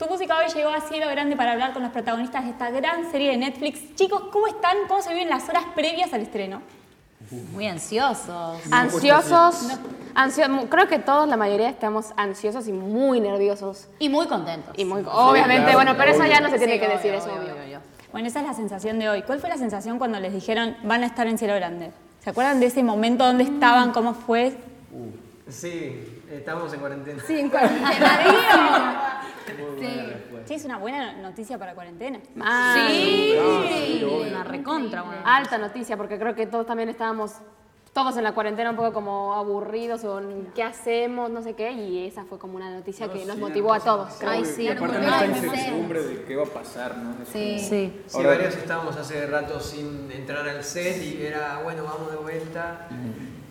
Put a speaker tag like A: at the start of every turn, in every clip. A: Tu música hoy llegó a cielo grande para hablar con los protagonistas de esta gran serie de Netflix. Chicos, ¿cómo están? ¿Cómo se viven las horas previas al estreno?
B: Muy ansiosos.
C: Ansiosos. ansio- creo que todos, la mayoría, estamos ansiosos y muy nerviosos.
B: Y muy contentos.
C: Y muy, obviamente,
D: claro,
C: bueno, pero eso
D: obvio.
C: ya no se tiene
B: Sí,
C: que
B: obvio,
C: decir, es
B: obvio,
C: obvio.
B: obvio, obvio.
A: Bueno, esa es la sensación de hoy. ¿Cuál fue la sensación cuando les dijeron van a estar en cielo grande? ¿Se acuerdan de ese momento? ¿Dónde estaban? ¿Cómo fue?
E: Sí, estamos en cuarentena.
A: Sí, es una buena noticia para cuarentena.
C: Ah,
B: Sí, una recontra. bueno.
C: Alta noticia, porque creo que todos también estábamos, todos en la cuarentena, un poco como aburridos o en qué hacemos, no sé qué, y esa fue como una noticia que nos motivó a todos.
B: Ay, sí.
D: Y aparte no está incertidumbre de qué va a pasar, ¿no?
B: Sí.
F: Sí.
E: Sí,
D: Ahora-
E: varios estábamos hace rato sin entrar al set y era, bueno, vamos de vuelta.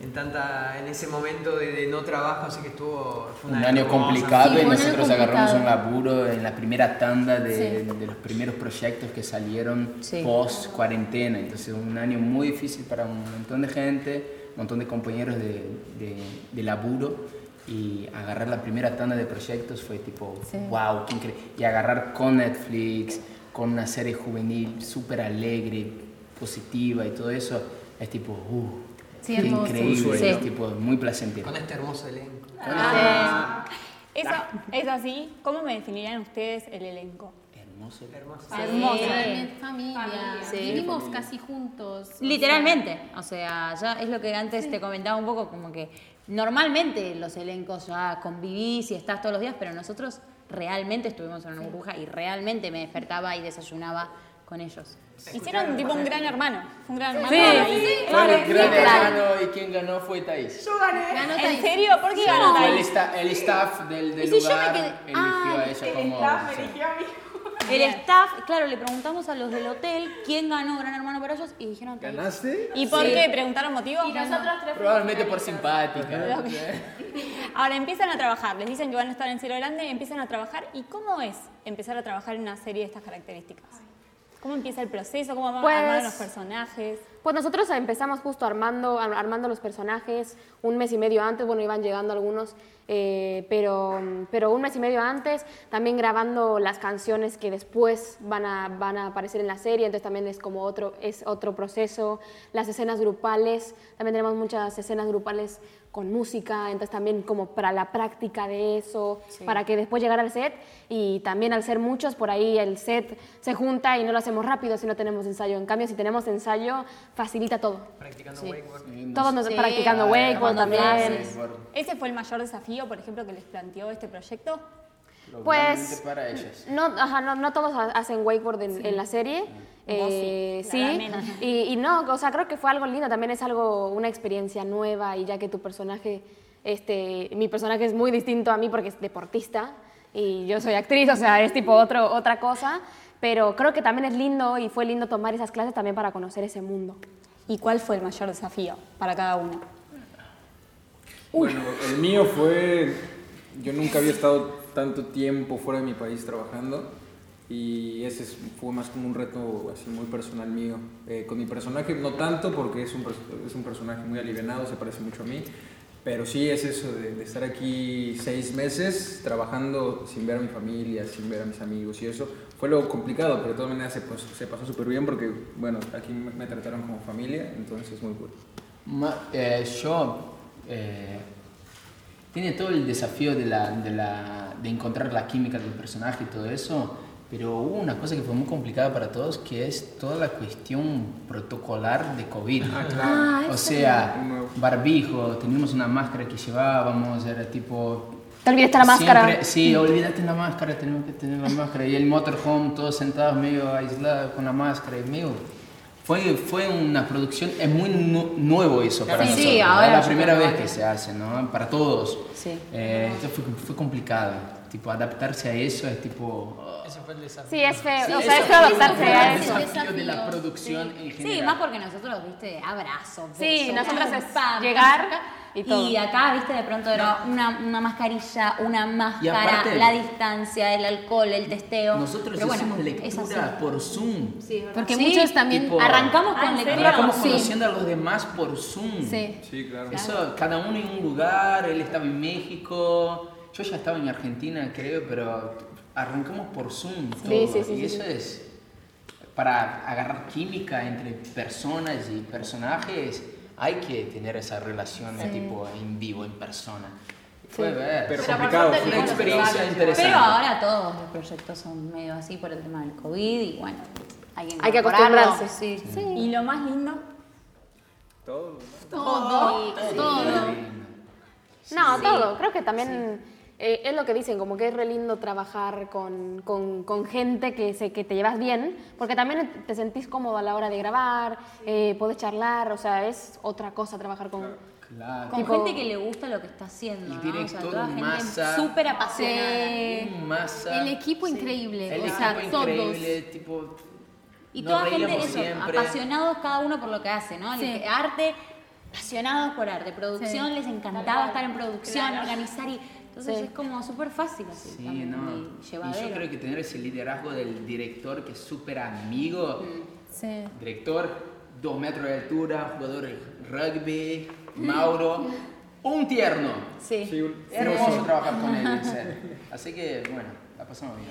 E: En, tanta, en ese momento de, de no trabajo, así que estuvo... fue
F: Un
E: una
F: año
E: hermosa-
B: Sí,
F: complicado y
B: un año
F: nosotros agarramos un
B: complicado.
F: laburo en la primera tanda de, de los primeros proyectos que salieron
B: Sí.
F: post cuarentena. Entonces un año muy difícil para un montón de gente, un montón de compañeros de, de- de laburo. Y agarrar la primera tanda de proyectos fue tipo, wow, qué increíble. Y agarrar con Netflix, con una serie juvenil súper alegre, positiva y todo eso, es tipo, uh,
B: Sí,
F: qué
B: hermoso.
F: increíble,
B: Sí.
F: es tipo muy placentero.
E: Con este hermoso elenco.
A: Eso es así. ¿Cómo me definirían ustedes el elenco?
F: Hermoso.
E: Hermoso.
G: Familia. Familia.
B: Sí.
G: Vivimos casi juntos.
B: Literalmente, o sea, ya es lo que antes te comentaba un poco, como que normalmente los elencos ya convivís y estás todos los días, pero nosotros realmente estuvimos en una burbuja y realmente me despertaba y desayunaba con ellos.
A: Hicieron tipo un gran hermano. Fue Un gran hermano.
F: Fue el gran hermano y quien ganó fue Thais.
G: Ganó
A: ¿En
G: Thaís.
A: serio? ¿Por qué ganó
F: El,
A: Thaís?
F: sta- el staff del, del
B: Y si yo me
F: lugar
B: quedé- Ah,
F: eligió a ella como. sí.
B: El staff, claro, le preguntamos a los del hotel quién ganó Gran Hermano para ellos y dijeron que
D: ¿Ganaste?
A: ¿Y por qué? ¿Preguntaron motivos?
F: Probablemente por simpática.
A: Ahora empiezan a trabajar, les dicen que van a estar en cielo grande, empiezan a trabajar. ¿Y cómo es empezar a trabajar en una serie de estas características? ¿Cómo empieza el proceso? ¿Cómo van
C: Pues-
A: armar los personajes?
C: Pues nosotros empezamos justo armando, ar- armando los personajes un mes y medio antes, bueno, iban llegando algunos, eh, pero, pero un mes y medio antes, también grabando las canciones que después van a, van a aparecer en la serie, entonces también es como otro, es otro proceso, las escenas grupales, también tenemos muchas escenas grupales con música, entonces también como para la práctica de eso, para que después llegar al set y también al ser muchos por ahí el set se junta y no lo hacemos rápido si no tenemos ensayo. En cambio, si tenemos ensayo, facilita todo.
E: Practicando wakeboard.
C: Todos nos
B: Sí.
C: practicando wakeboard
B: Armando
C: también.
B: frases.
A: ¿Ese fue el mayor desafío, por ejemplo, que les planteó este proyecto?
C: Pues-
F: Para ellas.
C: No, ajá, no, no todos ha- hacen wakeboard en, en la serie. Eh,
A: sí,
C: sí,
A: claramente.
C: y, y no, o sea, creo que fue algo lindo, también es algo, una experiencia nueva y ya que tu personaje, este, mi personaje es muy distinto a mí porque es deportista y yo soy actriz, o sea, es tipo otro, otra cosa, pero creo que también es lindo y fue lindo tomar esas clases también para conocer ese mundo.
A: ¿Y cuál fue el mayor desafío para cada uno?
D: Bueno, el mío fue. Yo nunca había estado tanto tiempo fuera de mi país trabajando. Y ese es- fue más como un reto así muy personal mío. Eh, con mi personaje no tanto porque es un, pers- es un personaje muy alivianado, se parece mucho a mí. Pero sí es eso de, de estar aquí seis meses trabajando sin ver a mi familia, sin ver a mis amigos y eso. Fue lo complicado, pero de todas maneras se, pas- se pasó súper bien porque, bueno, aquí me, me trataron como familia, entonces muy bueno.
F: Ma- eh, yo eh, tiene todo el desafío de, la, de, la- de encontrar la química del personaje y todo eso, pero hubo una cosa que fue muy complicada para todos, que es toda la cuestión protocolar de COVID. o sea, barbijo, teníamos una máscara que llevábamos, era tipo
C: Te olvidaste la máscara.
F: Siempre- sí, olvídate la máscara, tenemos que tener la máscara. Y el motorhome, todos sentados medio aislados con la máscara. Y medio, fue, fue una producción, es muy nu- nuevo eso para
B: Sí,
F: nosotros.
B: sí,
F: ¿no?
B: ahora
F: la
B: yo
F: primera
B: creo
F: vez
B: que-
F: que se hace, ¿no? Para todos.
B: Sí.
F: Eh, esto fue, fue complicado. Tipo, adaptarse a eso es tipo... ah.
E: Ese fue el desafío.
C: Sí, es feo, o
F: Eso
C: sea, es
F: fue
C: feo adaptarse
F: un
C: a
F: gran
C: eso.
F: desafío de la producción en general.
B: Sí, más porque nosotros, viste, abrazos.
C: Sí,
B: besos,
C: nosotras
B: pam,
C: es
B: pam,
C: llegar
B: acá.
C: y todo.
B: Y acá, viste, de pronto era una, una mascarilla, una máscara,
F: aparte-
B: la distancia, el alcohol, el testeo.
F: Nosotros
B: Pero bueno,
F: hicimos
B: es
F: lectura
B: así.
F: por Zoom.
B: Porque
F: Sí,
B: muchos también
F: tipo-
B: arrancamos
A: Ah, ¿en
B: con
A: serio?
B: lectura.
F: Arrancamos
B: Sí.
F: conociendo a los demás por Zoom.
B: Sí.
D: Sí, claro.
F: Eso, cada uno en un lugar, él estaba en México, yo ya estaba en Argentina, creo, pero arrancamos por Zoom
C: Sí,
F: todo,
C: sí, sí,
F: y
C: sí,
F: eso
C: sí.
F: es para agarrar química entre personas y personajes hay que tener esa relación tipo en vivo en persona fue ver
D: Pero
F: fue
D: complicado,
G: aparte
D: fue
G: te
F: una
G: digo,
F: experiencia interesante
B: Pero ahora todos los proyectos son medio así por el tema del COVID y bueno, hay que,
C: Hay que
B: incorporarlo.
C: acostumbrarse.
B: Sí, sí.
A: Y lo más lindo,
D: Todo lo demás.
G: Todo, todo.
C: No, todo. Creo que también eh, es lo que dicen, como que es re lindo trabajar con, con- con gente que, se, que te llevas bien, porque también te sentís cómodo a la hora de grabar, eh, podés charlar, o sea, es otra cosa trabajar con...
F: claro
B: Con
C: Tipo-
B: gente que le gusta lo que está haciendo.
F: Y
B: ¿no?
F: tiene
B: O sea,
F: todo
B: toda
F: un
B: gente
F: masa.
B: súper apasionada.
F: Un masa
G: El equipo increíble,
F: el
G: o sea,
F: equipo
G: todos.
F: increíble tipo
B: Y
F: nos
B: toda gente,
F: reíamos
B: eso,
F: siempre.
B: apasionados cada uno por lo que hace, ¿no? El
G: Sí.
B: que- Arte, apasionados por arte, producción, les encantaba estar en producción, organizar y... Entonces
C: Sí.
B: es como súper fácil así.
F: Sí,
B: también,
F: no.
B: y
F: Y
B: llevadero.
F: yo creo que tener ese liderazgo del director que es súper amigo.
B: Mm.
G: Sí.
F: Director, dos metros de altura, jugador de rugby, Mauro. Un tierno.
B: Mm. Sí.
D: Sí, un-
F: Hermoso trabajar con él, en serio. Así que, bueno, la pasamos bien.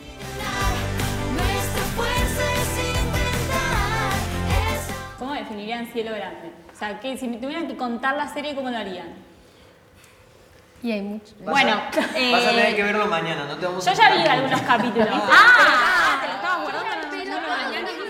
H: Nuestra fuerza es intentar. Es
A: ¿cómo definirían Cielo Grande? O sea, que si me tuvieran que contar la serie, ¿cómo lo harían?
G: Y hay mucho.
E: Vas a-
B: Bueno,
E: vas a
B: eh,
E: tener que verlo mañana, no te vamos a
A: Yo ya vi
E: contar
A: algunos
E: mucho.
A: capítulos.
B: ¡Ah! Te lo estabas guardando.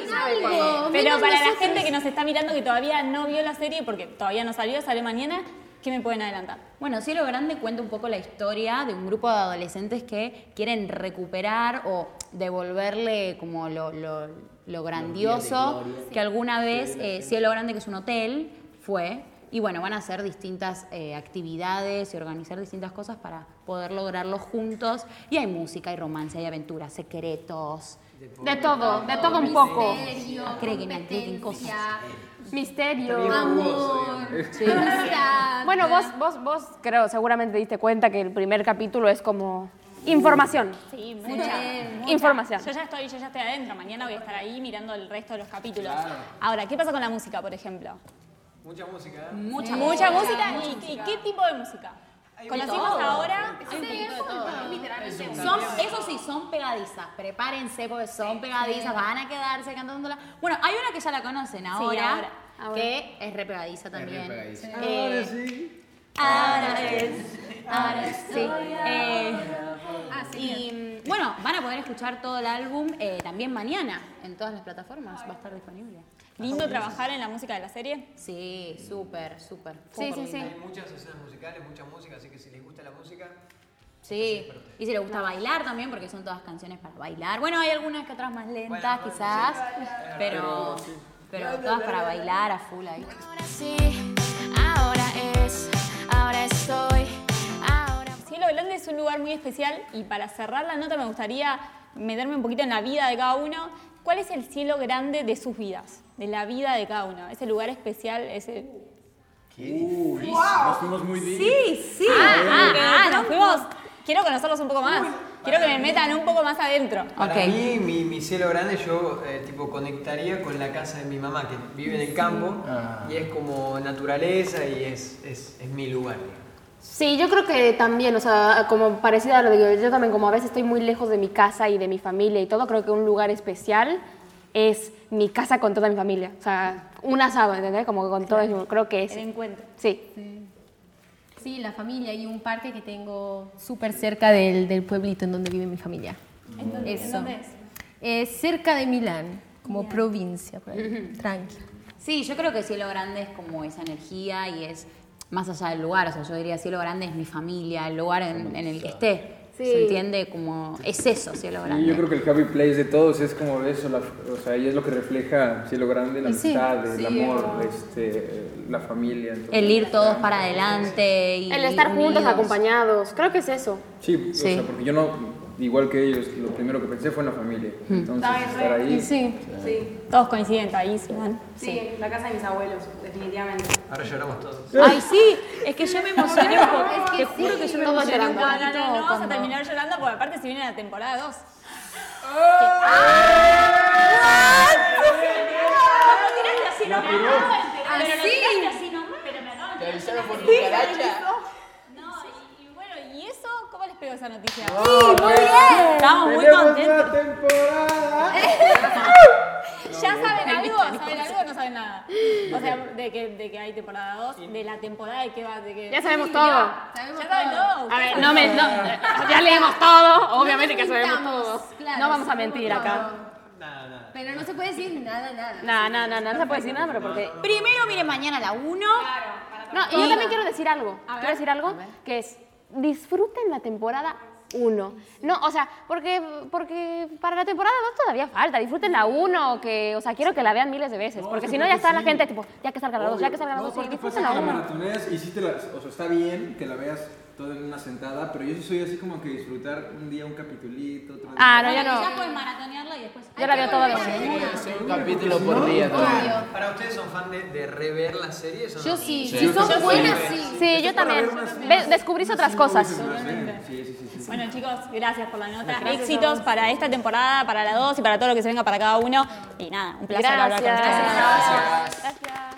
A: Pero para la gente que nos está mirando que todavía no vio la serie, porque todavía no salió, sale mañana, ¿qué me pueden adelantar?
B: Bueno, Cielo Grande cuenta un poco la historia de un grupo de adolescentes que quieren recuperar o devolverle como lo, lo- lo grandioso
F: gloria.
B: que alguna vez eh, Cielo Grande, que es un hotel, fue. Y bueno, van a hacer distintas eh, actividades y organizar distintas cosas para poder lograrlo juntos. Y hay música, hay romance, hay aventuras, secretos.
C: De todo, de todo un poco.
G: Misterio,
B: Cree que me admiten
G: competencia,
C: Misterio.
G: amor, amistad.
C: Bueno, vos, vos, vos creo, seguramente diste cuenta que el primer capítulo es como información.
A: Sí, mucha.
C: Información.
A: Yo ya estoy, yo ya estoy adentro. Mañana voy a estar ahí mirando el resto de los capítulos. Ahora, ¿qué pasa con la música, por ejemplo?
E: Mucha música. ¿eh?
A: Mucha, mucha música. ¿Y- ¿Y, qué tipo de música? Conocimos ahora.
B: Son, eso sí, son pegadizas. Prepárense porque son pegadizas. Van a quedarse cantándola. Bueno, hay una que ya la conocen ahora.
A: ahora.
B: Que es re pegadiza también.
F: pegadiza.
D: Ah,
B: ahora sí. Ahora es. Ahora es. Sí. Eh, y mm, bueno, van a poder escuchar todo el álbum eh, también mañana en todas las plataformas. Va a estar disponible.
A: Lindo trabajar en la música de la serie.
B: Sí, súper, súper.
C: Sí,
B: Súper
C: sí, sí.
B: lindo.
E: Hay muchas escenas musicales, mucha música, así que si les gusta la música,
B: Sí, y si le gusta bailar también, porque son todas canciones para bailar. Bueno, hay algunas que otras más lentas,
E: Bueno,
B: quizás, pero, pero todas para bailar a full ahí.
H: ahora sí, ahora es, ahora estoy, ahora.
A: Cielo Grande es un lugar muy especial y para cerrar la nota me gustaría meterme un poquito en la vida de cada uno. ¿Cuál es el cielo grande de sus vidas? De la vida de cada uno. Ese lugar especial, ese...
D: Uy, nos fuimos muy bien. Sí.
A: Sí, ah, ah, nos fuimos. Quiero conocerlos un poco más. Quiero que me metan un poco más adentro.
E: Para
B: Ok.
E: mí, mi, mi cielo grande, yo eh, tipo conectaría con la casa de mi mamá, que vive en el campo,
F: Ah.
E: y es como naturaleza y es, es, es mi lugar.
C: Sí, yo creo que también, o sea, como parecida a lo de yo también, como a veces estoy muy lejos de mi casa y de mi familia y todo, creo que un lugar especial es mi casa con toda mi familia. O sea, un asado, ¿entendés? Como con todo, el- creo que es.
A: El encuentro.
C: Sí.
G: Sí, la familia y un parque que tengo súper cerca del, del pueblito en donde vive mi familia. Eso.
A: dónde es?
G: Eh, cerca de Milán, como provincia, por ahí. tranqui.
B: Sí, yo creo que Cielo Grande es como esa energía y es más allá del lugar. O sea, yo diría Cielo Grande es mi familia, el lugar en, en el que esté.
C: Sí.
B: ¿Se entiende? Como es eso, Cielo Grande.
D: Yo creo que el happy place de todos es como eso, la- o sea, y es lo que refleja cielo grande, la
G: Y sí,
D: amistad, el
G: sí,
D: amor,
G: como-
D: este, eh, la familia. entonces-
B: El ir todos para adelante. Y
C: El estar juntos,
B: unidos.
C: acompañados, creo que es eso.
D: Sí,
B: Sí.
D: o sea, porque yo no, igual que ellos, lo primero que pensé fue en la familia. Entonces, estar ahí.
G: Sí.
A: Todos coinciden, ahí, Simón.
I: Sí, la casa de mis abuelos, definitivamente.
E: Ahora lloramos todos.
B: Ay, sí, es que yo me emocioné un poco. Te juro que yo me
C: Todos
B: emocioné un
C: llorando.
A: No, no,
B: poquito.
A: no, no vas a
B: cuando-
A: terminar llorando porque aparte se viene la temporada 2.
D: La tiró.
F: ¿Te avisaron por cucaracha? Ah,
A: No, y, y bueno, ¿y eso? ¿Cómo les pegó esa noticia?
B: Estábamos muy
D: Tenemos
E: temporada.
A: Ya saben algo, saben algo o no saben nada. O sea, de que, de que hay temporada 2, de la temporada de que va, de que.
C: Ya sabemos todo.
G: Sabemos
A: Ya saben todo.
C: A ver, no me. no, eh, ya leemos todo, obviamente que sabemos
G: mintamos,
C: todo.
G: claro,
C: no vamos a
G: sabemos
C: mentir
G: todo.
C: acá.
E: Nada, nada.
G: Pero no se puede decir nada, nada.
C: No, no, no, no, no se puede decir nada, pero porque.
B: Primero miren mañana la 1.
C: No, y yo también quiero decir algo. Quiero decir algo que es disfruten la temporada 1. No, o sea, porque, porque para la temporada 2 todavía falta. Disfruten la 1, que, o sea, quiero que la vean miles de veces.
D: No,
C: porque
D: es
C: si
D: que
C: no, ya
D: creo que
C: está la
D: sí.
C: gente tipo, ya que salga la 2,
D: Obvio.
C: ya que salga la
D: No,
C: 2. sí,
D: aparte pasa
C: disfruten la
D: que
C: 1.
D: maratoneas y sí te las- o sea, está bien que la veas toda en una sentada, pero yo sí soy así como que disfrutar un día un capitulito, otro día.
C: Ah, no, yo
B: Ya
C: no.
B: pueden maratonearla y después.
C: Yo la veo toda de
F: Un capítulo por día también.
E: ¿Para ustedes son fan de, de rever las series o no?
G: Yo sí,
F: Sí.
G: si
F: Yo
G: son
F: sí.
G: buenas,
E: Sí.
G: sí.
C: Sí, yo también. Ve- Descubrís otras cosas.
D: Sí, sí, sí, sí.
A: Bueno chicos, gracias por la nota. Éxitos para esta temporada, para la 2 y para todo lo que se venga para cada uno. Y nada, un placer hablar con ustedes.
C: Gracias. Gracias.